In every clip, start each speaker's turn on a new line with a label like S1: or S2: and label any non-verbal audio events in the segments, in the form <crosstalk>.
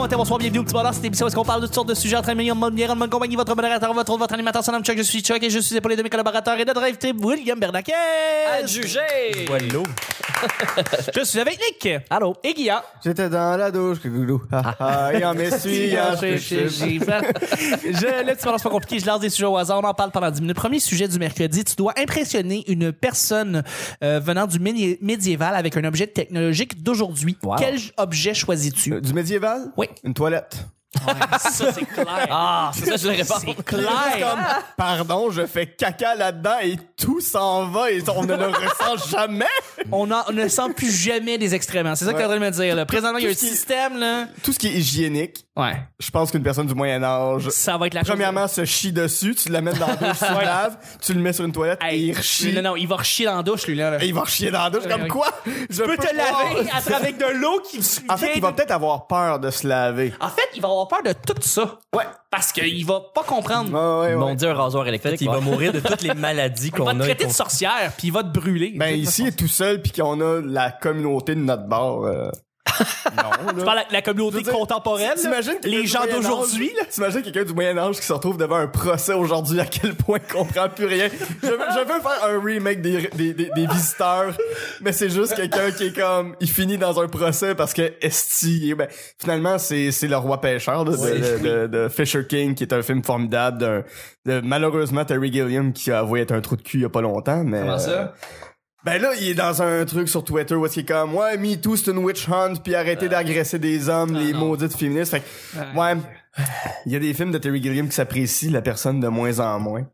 S1: matin, bonsoir, bienvenue au petit bonheur. C'est émission où est-ce qu'on parle de toutes sortes de sujets entre amis, en bonne bière, en bonne compagnie. Votre modérateur, votre autre, votre animateur, son nom Chuck, je suis Chuck et je suis épaulé de mes collaborateurs et de drive team William Bernakes.
S2: Adjugé!
S3: Hello.
S1: Je suis avec Nick.
S2: Allô?
S1: Et Guilla.
S3: J'étais dans la douche, que goulou. Ah, ah,
S1: <laughs>
S3: et en m'essuyant,
S1: Je-
S3: je suis- <laughs>
S1: je- Le petit bonheur, c'est pas compliqué. Je lance des sujets au hasard. On en parle pendant 10 minutes. Premier sujet du mercredi. Tu dois impressionner une personne euh, venant du médi- médiéval avec un objet technologique d'aujourd'hui.
S2: Wow.
S1: Quel objet choisis-tu?
S3: Euh, Du médiéval?
S1: Oui.
S3: Une toilette.
S1: ça, c'est clair.
S2: Ah, c'est ça, je le réponds.
S1: C'est clair.
S3: Juste comme, pardon, je fais caca là-dedans et tout s'en va et
S1: <laughs>
S3: on ne le ressent jamais.
S1: on, en- on ne sent plus jamais les extréments. C'est ça que t'es en train de me dire. Là. Présentement, il y a un
S3: Tout ce qui-
S1: système. Là.
S3: Tout ce qui est hygiénique,
S1: Ouais.
S3: je pense qu'une personne du Moyen-Âge,
S1: Ça va être la chose-
S3: Euh, premièrement, se chie dessus, tu la mets dans la douche, tu
S1: Ouais.
S3: laves, tu le mets sur une toilette et
S1: Hey,
S3: il rechie.
S1: Non, non, il va rechier dans la douche, lui. Là, là.
S3: Et il va chier dans la douche.
S1: Ouais.
S3: Comme quoi? Je
S1: peut te laver à travers avec de l'eau qui
S3: En fait,
S1: vient
S3: il va
S1: de-
S3: peut-être avoir peur de se laver.
S1: En fait, il va avoir peur de tout ça.
S3: Ouais.
S1: Parce qu'il va pas comprendre.
S3: Ouais, ouais, ouais.
S2: Mon dieu, un rasoir électrique.
S4: Il va
S2: ouais.
S4: mourir de toutes
S2: <laughs>
S4: les maladies
S1: Il va
S4: qu'on
S1: te
S4: a. et
S1: traiter de
S4: qu'on-
S1: sorcière, puis il va te brûler.
S3: Ben ici, il est tout seul puis qu'on a la communauté de notre bord. euh, <laughs> non,
S1: tu
S3: là.
S1: parles de la communauté
S3: Je veux dire,
S1: contemporaine,
S3: T'imagines quelqu'un
S1: les
S3: du
S1: gens
S3: Moyen Âge-
S1: d'aujourd'hui. là.
S3: T'imagines quelqu'un du Moyen-Âge qui se retrouve devant un procès aujourd'hui, à quel point il comprend plus rien. Je veux, je veux faire un remake des, des, des- des visiteurs, mais c'est juste quelqu'un qui est comme, il finit dans un procès parce que esti, eh ben, finalement, c'est, c'est le roi pêcheur, là, de, de- de- de Fisher King, qui est un film formidable d'un, de, malheureusement, Terry Gilliam, qui a avoué être un trou de cul il y a pas longtemps, mais.
S1: Comment ça?
S3: euh, ben là, il est dans un truc sur Twitter où est-ce qu'il est comme Ouais, Me Too, c'est une witch hunt, puis arrêtez d'agresser des hommes, les maudites féministes. Fait que, ouais, <sighs> il y a des films de Terry Gilliam qui s'apprécient la personne de moins en moins.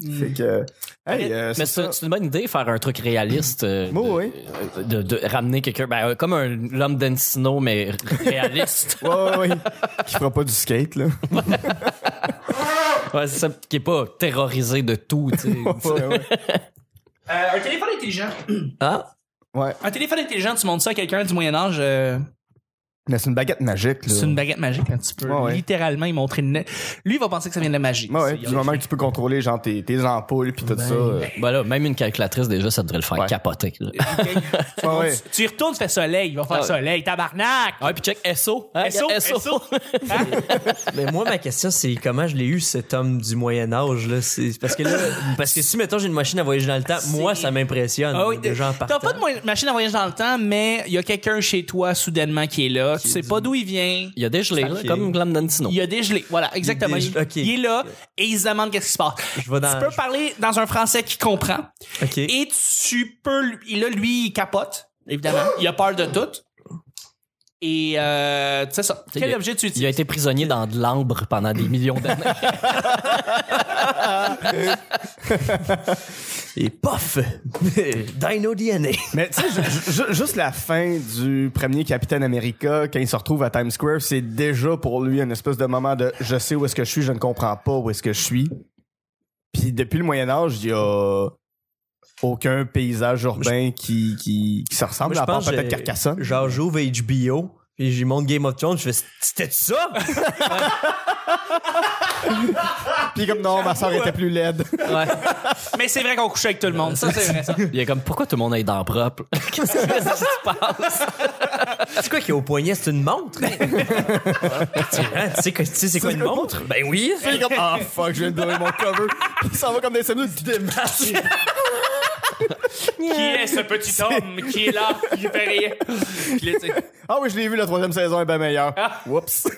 S3: Fait que, hey, euh,
S2: Mais c'est
S3: c'est ça.
S2: c'est une bonne idée faire un truc réaliste. euh,
S3: Oui,
S2: de-
S3: oui.
S2: euh, De, de ramener quelqu'un, ben, euh, comme un l'homme d'Encino, mais
S4: <laughs>
S2: réaliste.
S3: Ouais, ouais, ouais. <laughs> Qui fera pas du skate, là.
S2: ouais, c'est ça, qui est pas terrorisé de tout, tu
S4: <laughs>
S2: sais.
S3: Ouais, ouais.
S1: Euh, un téléphone intelligent.
S2: Ah,
S3: <laughs> Ouais.
S1: Un téléphone intelligent, tu montes ça à quelqu'un du Moyen-Âge, euh,
S3: Mais c'est une baguette magique, là.
S1: c'est une baguette magique, un petit peu.
S3: Ouais, ouais.
S1: Littéralement, il montre une. Lui, il va penser que ça vient de la magie.
S3: Ouais, ouais,
S1: Il-
S3: du moment que tu peux contrôler, genre, tes, tes ampoules, puis tout ça. euh,
S2: ben là, même une calculatrice, déjà, ça devrait le faire
S3: Ouais.
S2: capoter. là.
S3: ouais, ouais.
S1: Tu- Tu y retournes, tu fais soleil. Il va faire
S2: Ah ouais.
S1: soleil, tabarnak.
S2: Ah, ouais, puis check SO. hein,
S1: SO,
S2: <laughs>
S1: SO.
S4: Mais moi, ma question, c'est comment je l'ai eu, cet homme du Moyen-Âge, là. C'est parce que là, parce que si, mettons, j'ai une machine à voyager dans le temps, moi, ça m'impressionne.
S1: Ah oui,
S4: des gens
S1: t'as pas de mo- machine à voyager dans le temps, mais il y a quelqu'un chez toi soudainement qui est là. Tu sais pas d'où il vient.
S2: Il y a des gelées, là,
S4: Ok.
S2: comme l'homme d'Encino.
S1: Il y a des gelés. Voilà, exactement.
S4: Il y a des- ok.
S1: Il est là et ils se demandent qu'est-ce qui se passe.
S4: Je vais dans-
S1: Tu peux parler dans un français qui comprend.
S4: Ok.
S1: Et tu peux. lui- Et là, lui, il capote, évidemment. Il a peur de tout. Et euh, tu sais ça. Quel
S2: il a-
S1: objet tu utilises?
S2: Il a été prisonnier dans de l'ambre pendant des millions d'années.
S4: Et pof! <laughs> Dino DNA.
S3: Mais tu sais, ju- ju- juste la fin du premier Capitaine America, quand il se retrouve à Times Square, c'est déjà pour lui une espèce de moment de je sais où est-ce que je suis, je ne comprends pas où est-ce que je suis. Puis depuis le Moyen Âge, il y a aucun paysage urbain qui, qui, qui se ressemble,
S4: Moi,
S3: à part
S4: que
S3: peut-être
S4: j'ai-
S3: Carcassonne.
S4: Genre, j'ouvre HBO, puis j'y monte Game of Thrones, je fais, c'était ça?
S3: Puis comme non, ma soeur était plus laide.
S2: Ouais.
S1: Mais c'est vrai qu'on couchait avec tout le monde. Ça, <laughs> c'est vrai, ça.
S2: Il est comme, pourquoi tout le monde est dans propre? Qu'est-ce que qu'est-ce qui se passe?
S4: C'est quoi qui est au poignet? C'est une montre? tu hein, tu sais, que- tu sais c'est quoi une montre? Ben oui!
S3: <laughs> Puis comme ah fuck, je viens de donner mon cover. Puis il s'en va comme des semis
S1: <laughs> Qui est ce <laughs> petit homme qui est là, qui fait rire? Puis là, tu sais,
S3: Ah oui, je l'ai vu la troisième saison est bien meilleure. Oups.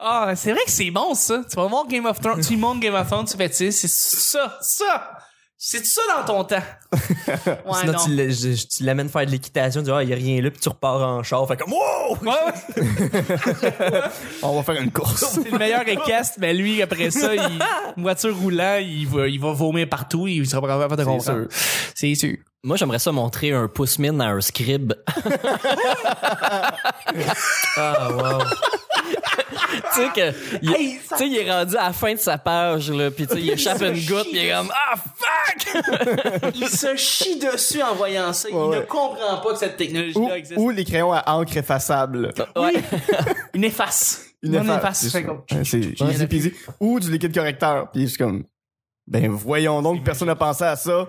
S1: Ah, c'est vrai que c'est bon, ça. Tu vas voir Game of Thrones, tu montes Game of Thrones, tu fais, tu sais, c'est ça, ça. C'est ça dans ton
S3: <laughs>
S1: temps. Ouais,
S4: Sinon,
S1: Ah, non.
S4: tu l'as- je- je- tu l'amènes faire de l'équitation, tu dis, ah, il y a rien là, puis tu repars en char. Fait comme, wow!
S1: Ouais, ouais.
S3: On va faire une course.
S1: c'est le meilleur équestre, mais lui, après ça, il, une voiture roulant, il va, il va vomir partout, il sera pas capable de comprendre. C'est sûr.
S2: <laughs> Moi, j'aimerais ça montrer un pouce mine à un scribe. <laughs>
S4: Ah, wow!
S2: tu sais que il, tu sais, il est rendu à la fin de sa page là puis
S4: <laughs>
S2: tu sais il échappe
S1: se
S2: une goutte
S1: chie
S2: puis il est comme ah
S1: <laughs>
S2: fuck
S1: Il se chie dessus en voyant ça. il
S3: Ouais,
S1: ne
S3: ouais.
S1: comprend pas que cette technologie-là
S3: Ou,
S1: existe.
S3: ou les crayons à encre effaçable.
S2: ouais
S1: Une efface.
S3: Une
S1: Non,
S3: efface,
S1: efface.
S3: c'est
S1: Fait
S3: ça.
S1: comme-
S3: Ouais, c'est easy peasy. Ou du liquide correcteur. Puis c'est comme, ben voyons donc, personne n'a pensé à ça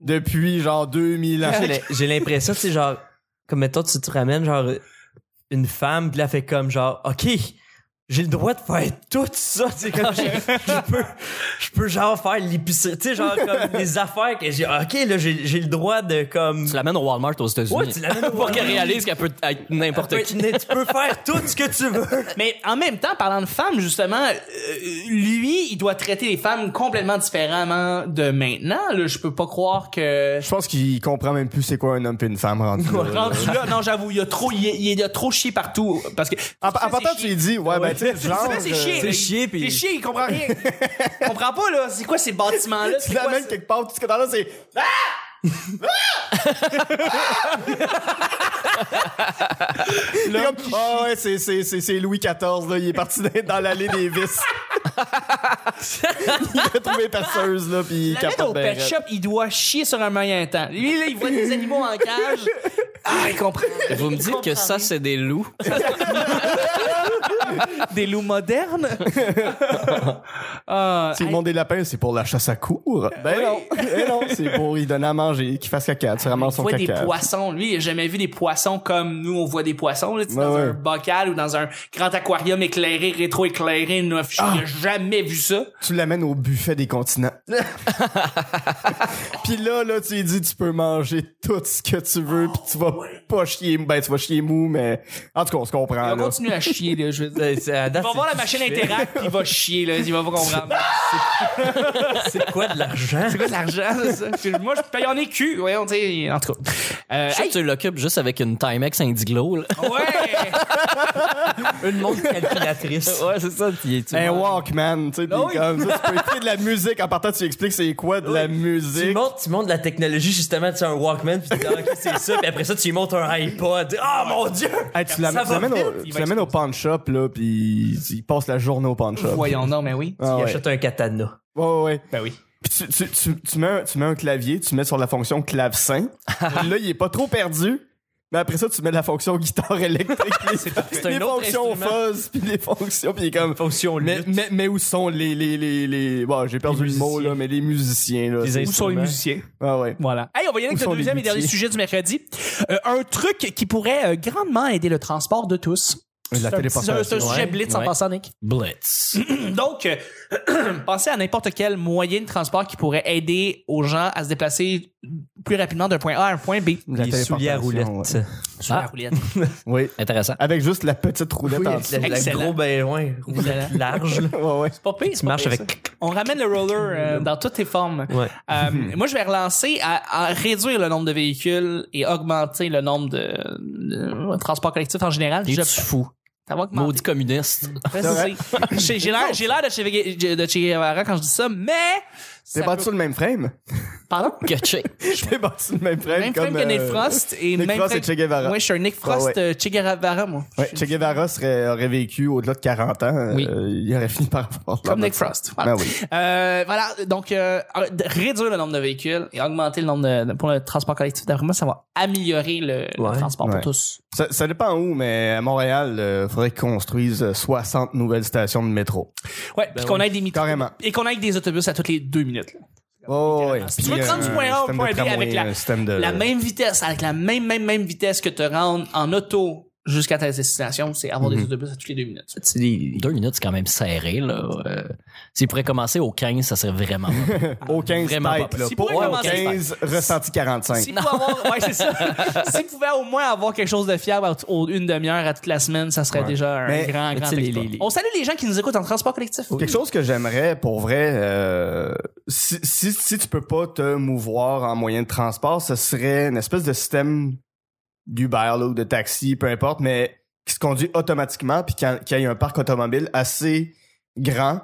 S3: depuis genre 2000 ans.
S4: J'ai l'impression, tu sais, genre, comme mettons, tu te ramènes, genre, une femme, puis là, elle fait comme genre, OK, j'ai le droit de faire tout ça, tu sais, comme j'ai- je peux, je peux genre faire l'épicerie, tu sais, genre comme des affaires que j'ai, OK, là, j'ai j'ai le droit de comme.
S2: Tu l'amènes au Walmart aux États-Unis.
S4: Ouais, tu l'amènes au
S2: Pour qu'elle
S4: Walmart.
S2: réalise qu'elle peut être n'importe qui.
S4: Mais tu peux faire tout ce que tu veux.
S1: Mais en même temps, parlant de femmes, justement, euh, lui, il doit traiter les femmes complètement différemment de maintenant. Là, je peux pas croire que...
S3: Je pense qu'il comprend même plus c'est quoi un homme et une femme rendu. là.
S1: Rendu là, non, j'avoue, il y a trop, il y a, il y a trop chier partout. Parce que.
S3: En, en partant, tu lui dis, ouais, ben, tu sais, genre.
S1: Ça, c'est
S3: euh,
S1: chier.
S4: c'est chier, puis-
S1: C'est chier, il comprend
S3: <laughs>
S1: rien. Il comprend pas, là. C'est quoi ces bâtiments-là?
S3: Tu
S1: C'est quoi
S3: l'amènes
S1: ça?
S3: quelque part, tout ce que t'as là, c'est. Ah T'es comme, Ah ouais, c'est- c'est c'est- c'est Louis XIV, là, il est parti dans l'allée des vis. il a trouvé perceuse, là, pis il
S1: La mettre
S3: capote
S1: au
S3: ben
S1: pet
S3: raide.
S1: shop, il doit chier sur un moyen temps. Lui, là, il voit des animaux en cage.
S3: <laughs>
S1: Ah, il comprend.
S2: Vous me dites que ça, c'est des loups.
S1: Des loups modernes? Ah,
S3: C'est le monde des lapins, c'est pour la chasse à cours. Ben non, ben non, c'est pour y donner à manger, qu'il fasse caca, tu ramasses
S1: Il
S3: son
S1: voit des
S3: caca.
S1: poissons. Lui, il a jamais vu des poissons comme nous, on voit des poissons. Là, tu sais,
S3: Ouais,
S1: dans
S3: ouais.
S1: un bocal ou dans un grand aquarium éclairé, rétro-éclairé, neuf. Il
S3: Ah!
S1: a jamais vu ça.
S3: Tu l'amènes au buffet
S1: <laughs>
S3: des continents. puis là, là, tu lui dis, tu peux manger tout ce que tu veux,
S1: Ah,
S3: puis tu vas pas chier, ben tu vas chier mou, mais en tout cas, on se comprend.
S1: Il va
S3: là.
S1: continuer à chier. Là, je veux dire.
S4: C'est- c'est- à
S1: Il
S4: date,
S1: va voir
S4: c'est-
S1: la machine Interact, puis il va chier. Là, il va pas comprendre.
S4: C'est quoi de l'argent?
S1: C'est quoi de l'argent, c'est ça? Parce que Moi, je paye en écu. Voyons, tu sais, en tout cas.
S2: <laughs>
S1: Euh,
S2: Je sais
S1: hey,
S2: que tu l'occupes juste avec une Timex Indiglo. là.
S1: ouais!
S4: Une montre calculatrice.
S2: Ouais, c'est ça. puis tu-
S3: Un walkman, tu sais,
S1: Ah
S3: pis
S1: oui.
S3: comme ça, tu peux écouter de la musique. En partant, tu expliques c'est quoi de la
S4: Tu
S3: musique.
S4: montes, tu montes la technologie, justement, tu as un Walkman, puis tu dis, ah, ok, c'est ça, puis après ça, tu lui montes un iPod. Ah, mon Dieu!
S3: Hey, tu
S4: Ça
S3: l'amènes tu
S4: va
S3: l'amènes
S4: vite,
S3: au,
S1: il
S3: tu
S1: va
S3: l'amènes au pawn shop, là, pis il passe la journée au pawn shop.
S1: Voyons, non, mais oui.
S3: Ah
S4: Il
S3: ouais.
S4: achète un katana.
S3: Ouais, ouais, ouais.
S1: Ben oui.
S3: Puis tu, tu, tu, tu mets un, tu mets un clavier, tu mets sur la fonction
S4: <laughs>
S3: clavecin. Puis là, il est pas trop perdu. Mais après ça, tu mets la fonction guitare électrique.
S4: <laughs>
S3: les
S4: un
S3: les
S4: autre
S3: fonctions
S4: instrument.
S3: fuzz, puis les fonctions, puis il est comme...
S4: Fonction
S3: Mais,
S4: lutte.
S3: mais, mais où sont les... les, les, les... Bon, j'ai perdu
S4: Les
S3: le mot,
S4: musiciens.
S3: là, mais les musiciens, là.
S4: Les
S3: C'est-
S1: Où sont les
S4: Instruments.
S1: musiciens?
S3: Ah ouais.
S1: Voilà. Hey, on va y aller
S3: Où
S1: avec
S3: sont
S1: le
S3: les
S1: deuxième et dernier
S3: boutiers?
S1: sujet du mercredi. Euh, un truc qui pourrait euh, grandement aider le transport de tous.
S3: La
S1: C'est un petit- C'est un, c'est un
S3: téléportation,
S1: sujet
S2: ouais,
S1: blitz en
S2: ouais.
S1: passant, Nick.
S2: Blitz.
S1: Donc, euh, <clears throat> pensez à n'importe quel moyen de transport qui pourrait aider aux gens à se déplacer plus rapidement d'un point A à un point B.
S3: La
S4: Les souliers à
S3: téléportation,
S4: roulettes.
S3: ouais.
S1: Sur la
S2: Ah.
S1: roulette.
S3: Oui.
S2: Intéressant.
S3: Avec juste la petite roulette en dessous.
S4: la,
S1: Excellent.
S4: gros ben ouais, roulette large. là.
S3: Ouais, ouais.
S1: Pas pire, c'est
S4: Tu
S1: pas
S4: marches
S1: pire,
S4: avec...
S1: ça. On ramène le roller euh, dans toutes ses formes.
S4: Ouais.
S1: Euh, moi, je vais relancer à, à réduire le nombre de véhicules et augmenter le nombre de, de transports collectifs en général.
S2: Es-tu
S1: Je-
S2: fou?
S1: ça va augmenter.
S2: Maudit communiste.
S1: Vas-y. J'ai j'ai l'air, j'ai l'air de, chez, de Che Guevara quand je dis ça, mais.
S3: T'es
S1: ça
S3: battu
S1: peut-
S3: le même frame?
S1: Pardon?
S3: <laughs>
S2: Gotcha.
S3: T'es battu le même frame
S1: Même
S3: comme...
S1: frame que Nick
S3: euh,
S1: Frost et
S3: Nick
S1: même
S3: Frost
S1: frame-
S3: et Che Guevara.
S1: Ouais, je suis un Nick Frost,
S3: Ah ouais.
S1: euh, Che Guevara, moi.
S3: Ouais, Che Guevara serait, aurait vécu au-delà de 40 ans.
S1: Oui.
S3: euh, il aurait fini par avoir
S1: Comme
S3: peur
S1: Nick
S3: de ça.
S1: Frost. Voilà.
S3: Ben oui.
S1: Euh, voilà. Donc, euh, réduire le nombre de véhicules et augmenter le nombre de, pour le transport collectif. D'après moi, ça va améliorer le, le
S4: Ouais.
S1: transport
S3: Ouais.
S1: pour tous.
S3: Ça, ça dépend où, mais à Montréal, il faudrait qu'ils construisent euh, 60 nouvelles stations de métro.
S1: Ouais, puis qu'on ait des métros.
S3: Carrément.
S1: Et qu'on ait des autobus à toutes les deux minutes. là.
S3: Oh, ouais.
S1: Si tu veux prendre du point A au point B avec
S3: euh,
S1: la- La même vitesse, avec la même, même, même vitesse que te rendre en auto jusqu'à ta destination, c'est avoir
S3: Mm-hmm.
S1: des autobus à toutes les deux minutes.
S4: C'est des-
S2: Deux minutes, c'est quand même serré, là. Euh, S'il pourrait commencer au 15, ça serait vraiment.
S3: Au 15
S2: Vraiment
S3: tête,
S2: pas
S1: possible.
S3: là. Pas
S1: Si
S3: au
S1: pourrait commencer-
S3: 15, ressenti 45.
S1: S'il pouvait avoir, ouais, c'est ça. S'il pouvait au moins avoir quelque chose de fiable à- au- une demi-heure à toute la semaine, ça serait déjà un
S3: Mais-
S1: grand,
S4: mais
S1: grand
S4: tu sais, les-
S1: exploit.
S4: les- les-
S1: On salue les gens qui nous écoutent en transport collectif.
S3: Quelque chose que j'aimerais, pour vrai, euh, si, si, si tu peux pas te mouvoir en moyen de transport, ce serait une espèce de système d'Uber là, ou de taxi, peu importe, mais qui se conduit automatiquement puis qu'il y a- qu'il y ait un parc automobile assez grand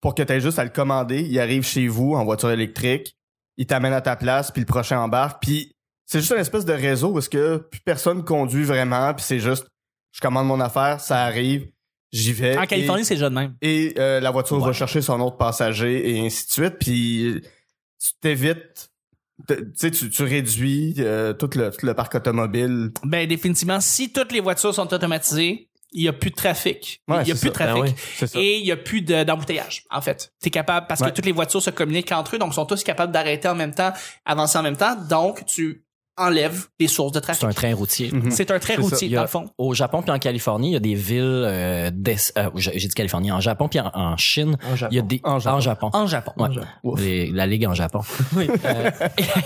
S3: pour que tu aies juste à le commander. Il arrive chez vous en voiture électrique, il t'amène à ta place, puis le prochain embarque, puis c'est juste une espèce de réseau parce que plus personne conduit vraiment, puis c'est juste, je commande mon affaire, ça arrive, j'y vais.
S1: En
S3: et-
S1: Californie, c'est déjà de même.
S3: et euh, la voiture va chercher son autre passager et ainsi de suite. Puis euh, tu t'évites, te- tu sais, tu, tu réduis euh, tout, le, tout le parc automobile.
S1: Ben, définitivement, si toutes les voitures sont automatisées, il n'y a plus de trafic.
S3: Ouais,
S1: il n'y a
S3: c'est
S1: plus de
S3: ça.
S1: trafic.
S4: Ben oui,
S3: C'est ça.
S1: Et il n'y a plus de- d'embouteillage, en fait. T'es capable, parce
S3: Ouais.
S1: que toutes les voitures se communiquent entre eux, donc sont tous capables d'arrêter en même temps, avancer en même temps. Donc, tu enlève les sources de
S2: C'est
S1: trafic.
S2: un train routier.
S1: C'est un très
S3: C'est ça.
S1: routier,
S2: Il y a-
S1: dans le fond.
S2: Au Japon puis en Californie, il y a des villes euh, d'est- euh, j'ai j'ai dit Californie, en Japon puis en, en Chine, il y a des
S3: En Japon.
S1: En Japon.
S2: Ouais. Les- la ligue en Japon. Euh,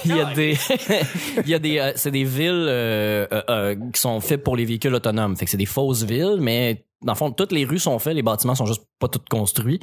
S2: il y a des, <laughs> il y a des, euh, c'est des villes euh, euh, euh, qui sont faites pour les véhicules autonomes. Fait que c'est des fausses villes, mais dans le fond, toutes les rues sont faites, les bâtiments sont juste pas toutes construits,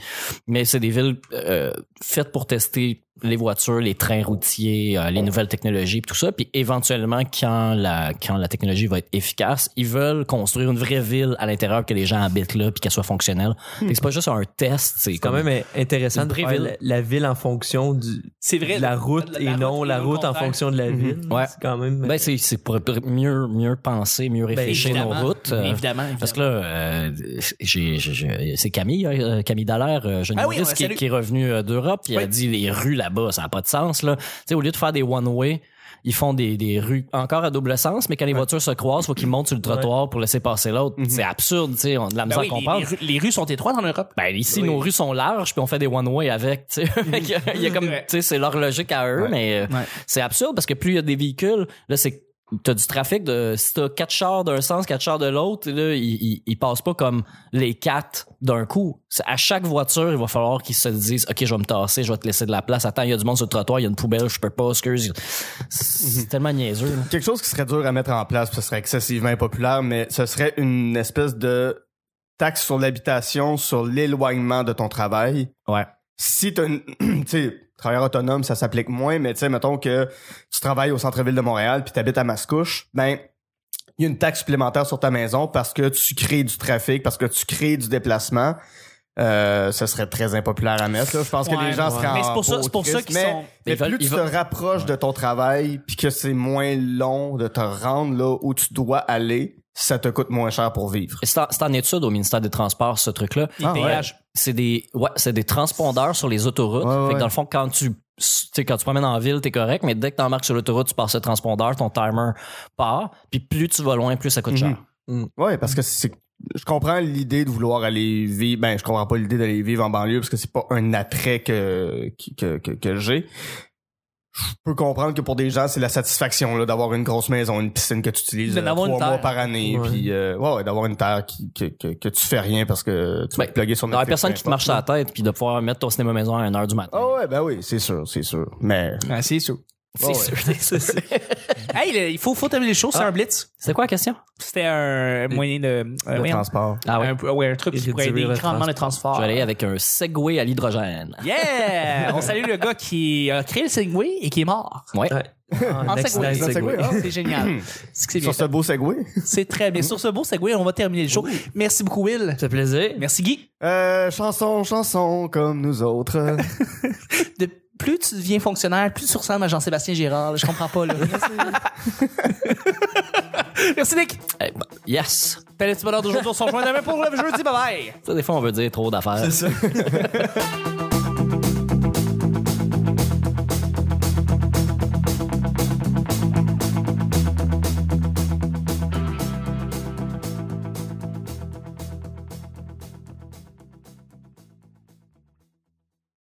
S2: mais c'est des villes euh, faites pour tester les voitures, les trains routiers, euh, les nouvelles technologies, puis tout ça. Puis éventuellement, quand la quand la technologie va être efficace, ils veulent construire une vraie ville à l'intérieur que les gens habitent là, puis qu'elle soit fonctionnelle. Fait que c'est pas juste un test, c'est
S4: C'est quand même euh, intéressant
S2: une
S4: de
S2: vraie
S4: faire
S2: ville.
S4: la, la ville en fonction du,
S1: C'est vrai.
S4: de la route
S1: la- la
S4: et non
S1: route et
S4: la
S1: le
S4: route en
S1: contraire.
S4: fonction de la ville.
S2: Ouais.
S4: C'est quand même.
S2: Ben, c'est, c'est pour mieux, mieux penser, mieux réfléchir
S1: Ben, évidemment.
S2: nos routes. euh,
S1: Évidemment, évidemment.
S2: Parce que là, euh, j'ai, j'ai- j'ai- c'est Camille, euh, Camille Dallaire, euh, jeune
S1: Ah oui,
S2: humoriste,
S1: ouais,
S2: qui,
S1: salut.
S2: qui est revenu euh, d'Europe, puis elle a dit les rues là-bas, ça n'a pas de sens. Là. Tu sais, au lieu de faire des one-way, ils font des, des rues encore à double sens, mais quand les voitures se croisent, faut qu'ils montent sur le trottoir pour laisser passer l'autre. C'est absurde, tu sais, on a de la
S1: Mhm. Ben
S2: misère
S1: oui,
S2: qu'on
S1: les,
S2: parle.
S1: les rues- les rues sont étroites en Europe.
S2: Ben ici nos rues sont larges puis on fait des one way avec,
S1: <laughs>
S2: tu sais. Fait que, il y a comme tu sais c'est leur logique à eux mais euh,
S1: Ouais.
S2: c'est absurde parce que plus il y a des véhicules là c'est t'as du trafic de si t'as quatre chars d'un sens quatre chars de l'autre là ils, ils, ils passent pas comme les quatre d'un coup C'est- à chaque voiture il va falloir qu'ils se disent ok je vais me tasser je vais te laisser de la place attends il y a du monde sur le trottoir il y a une poubelle je peux pas excuse
S1: Mhm.
S2: c'est tellement niaiseux là.
S3: Quelque chose qui serait dur à mettre en place, puis ce serait excessivement impopulaire, mais ce serait une espèce de taxe sur l'habitation, sur l'éloignement de ton travail.
S2: Ouais.
S3: Si t'as une, <clears throat> tu sais, travailleur autonome, ça s'applique moins, mais tu sais, mettons que tu travailles au centre-ville de Montréal puis t'habites à Mascouche, ben, il y a une taxe supplémentaire sur ta maison parce que tu crées du trafic, parce que tu crées du déplacement. Euh, ce serait très impopulaire à mettre. là. Je pense que
S1: Ouais,
S3: les gens
S1: ouais.
S3: seraient
S1: Mais c'est
S3: en
S1: pour ça- c'est pour
S3: beau
S1: ça
S3: triste,
S1: qu'ils
S3: mais-
S1: sont-
S3: mais
S2: Ils veulent-
S3: plus tu
S2: ils
S3: te
S2: veulent-
S3: rapproches de ton travail, puis que c'est moins long de te rendre là où tu dois aller, ça te coûte moins cher pour vivre.
S2: Et C'est en, c'est en étude au ministère des Transports, ce truc-là. Euh,
S1: Des Ah, péages. ouais.
S2: C'est des, ouais, c'est des transpondeurs sur les autoroutes.
S3: Ouais,
S2: Fait
S3: ouais.
S2: que dans le fond, quand tu, tu sais, quand tu promènes en ville, t'es correct, mais dès que t'embarques sur l'autoroute, tu passes le transpondeur, ton timer part, puis plus tu vas loin, plus ça coûte cher.
S3: Mhm. Ouais, parce que c'est je comprends l'idée de vouloir aller vivre, ben je comprends pas l'idée d'aller vivre en banlieue parce que c'est pas un attrait que que, que, que j'ai. Je peux comprendre que pour des gens, c'est la satisfaction là d'avoir une grosse maison, une piscine que tu utilises
S1: De
S3: euh,
S1: n'avoir
S3: trois
S1: une
S3: mois
S1: terre.
S3: par année,
S4: Ouais.
S3: puis euh, ouais, ouais, d'avoir une terre qui, que, que, que tu fais rien parce que tu vas
S2: Ben,
S3: te plugger sur
S2: Dans la
S3: Netflix,
S2: personne
S3: peu
S2: qui te marche sur la tête, puis de pouvoir mettre ton cinéma maison à 1h du matin.
S3: Ah ouais, ben oui, c'est sûr, c'est sûr. Mais
S1: c'est sûr.
S2: <laughs> c'est
S3: oh ouais.
S2: sûr, c'est sûr.
S1: <laughs>
S2: Ah.
S1: Hey, le- il faut, faut terminer les choses. C'est un blitz.
S2: C'était quoi la question?
S1: C'était un moyen de. euh,
S3: le
S1: voyons.
S3: transport.
S2: Ah ouais.
S1: un, ouais, un truc qui
S4: Réduire
S1: pourrait aider
S4: le
S1: grandement le transport.
S2: Je vais aller avec un Segway à l'hydrogène.
S1: Yeah! On salue le gars qui a créé le Segway et qui est mort.
S2: Ouais.
S1: En Segway.
S3: En Segway, hein?
S1: C'est
S3: <laughs>
S1: génial. C'est que c'est bien
S3: Sur ce Mm-hmm. beau segway.
S1: fait. C'est très bien. Sur ce beau Segway, on va terminer le show. Merci beaucoup, Will.
S4: Ça fait plaisir.
S1: Merci, Guy.
S3: Euh, chanson, chanson, comme nous <laughs> autres.
S1: De plus tu deviens fonctionnaire, plus tu ressembles à Jean-Sébastien Gérard. Je comprends pas, là. Merci, Nick.
S2: Eh, bah, yes!
S1: T'as le petit bonheur d'aujourd'hui. On se rejoint demain pour le jeudi. Bye bye.
S2: Ça, des fois, on veut dire trop d'affaires.